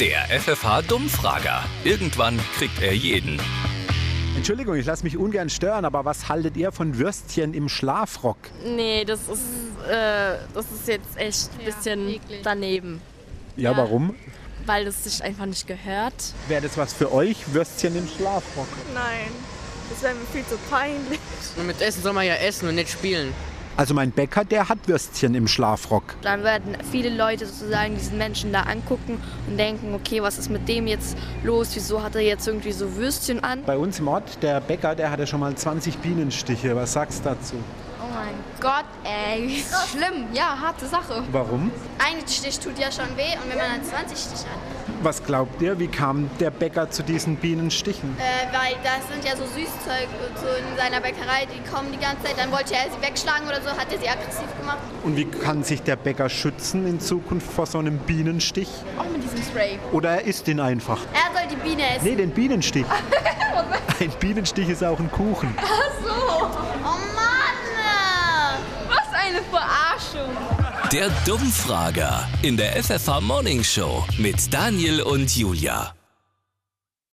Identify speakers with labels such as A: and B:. A: Der FFH-Dummfrager. Irgendwann kriegt er jeden.
B: Entschuldigung, ich lasse mich ungern stören, aber was haltet ihr von Würstchen im Schlafrock?
C: Nee, das ist, äh, das ist jetzt echt ein bisschen daneben,
B: Ja, warum?
C: weil es sich einfach nicht gehört.
B: Wäre das was für euch, Würstchen im Schlafrock?
D: Nein, das wäre mir viel zu peinlich.
E: Und mit Essen soll man ja essen und nicht spielen.
B: Also mein Bäcker, der hat Würstchen im Schlafrock.
F: Dann werden viele Leute sozusagen diesen Menschen da angucken und denken, okay, was ist mit dem jetzt los? Wieso hat er jetzt irgendwie so Würstchen an?
B: Bei uns im Ort, der Bäcker, der hatte schon mal 20 Bienenstiche. Was sagst du dazu?
F: Oh mein Gott, ey, schlimm. Ja, harte Sache.
B: Warum?
F: Ein Stich tut ja schon weh und wenn man dann 20 Stich hat.
B: Was glaubt ihr, wie kam der Bäcker zu diesen Bienenstichen?
G: Äh, weil das sind ja so Süßzeug und so in seiner Bäckerei, die kommen die ganze Zeit, dann wollte er sie wegschlagen oder so, hat er sie aggressiv gemacht.
B: Und wie kann sich der Bäcker schützen in Zukunft vor so einem Bienenstich?
G: Auch mit diesem Spray.
B: Oder er isst ihn einfach?
G: Er soll die Biene essen.
B: Nee, den Bienenstich. Ein Bienenstich ist auch ein Kuchen.
G: Oh Mann! Was eine Verarschung!
A: Der Dummfrager in der FFH Morning Show mit Daniel und Julia.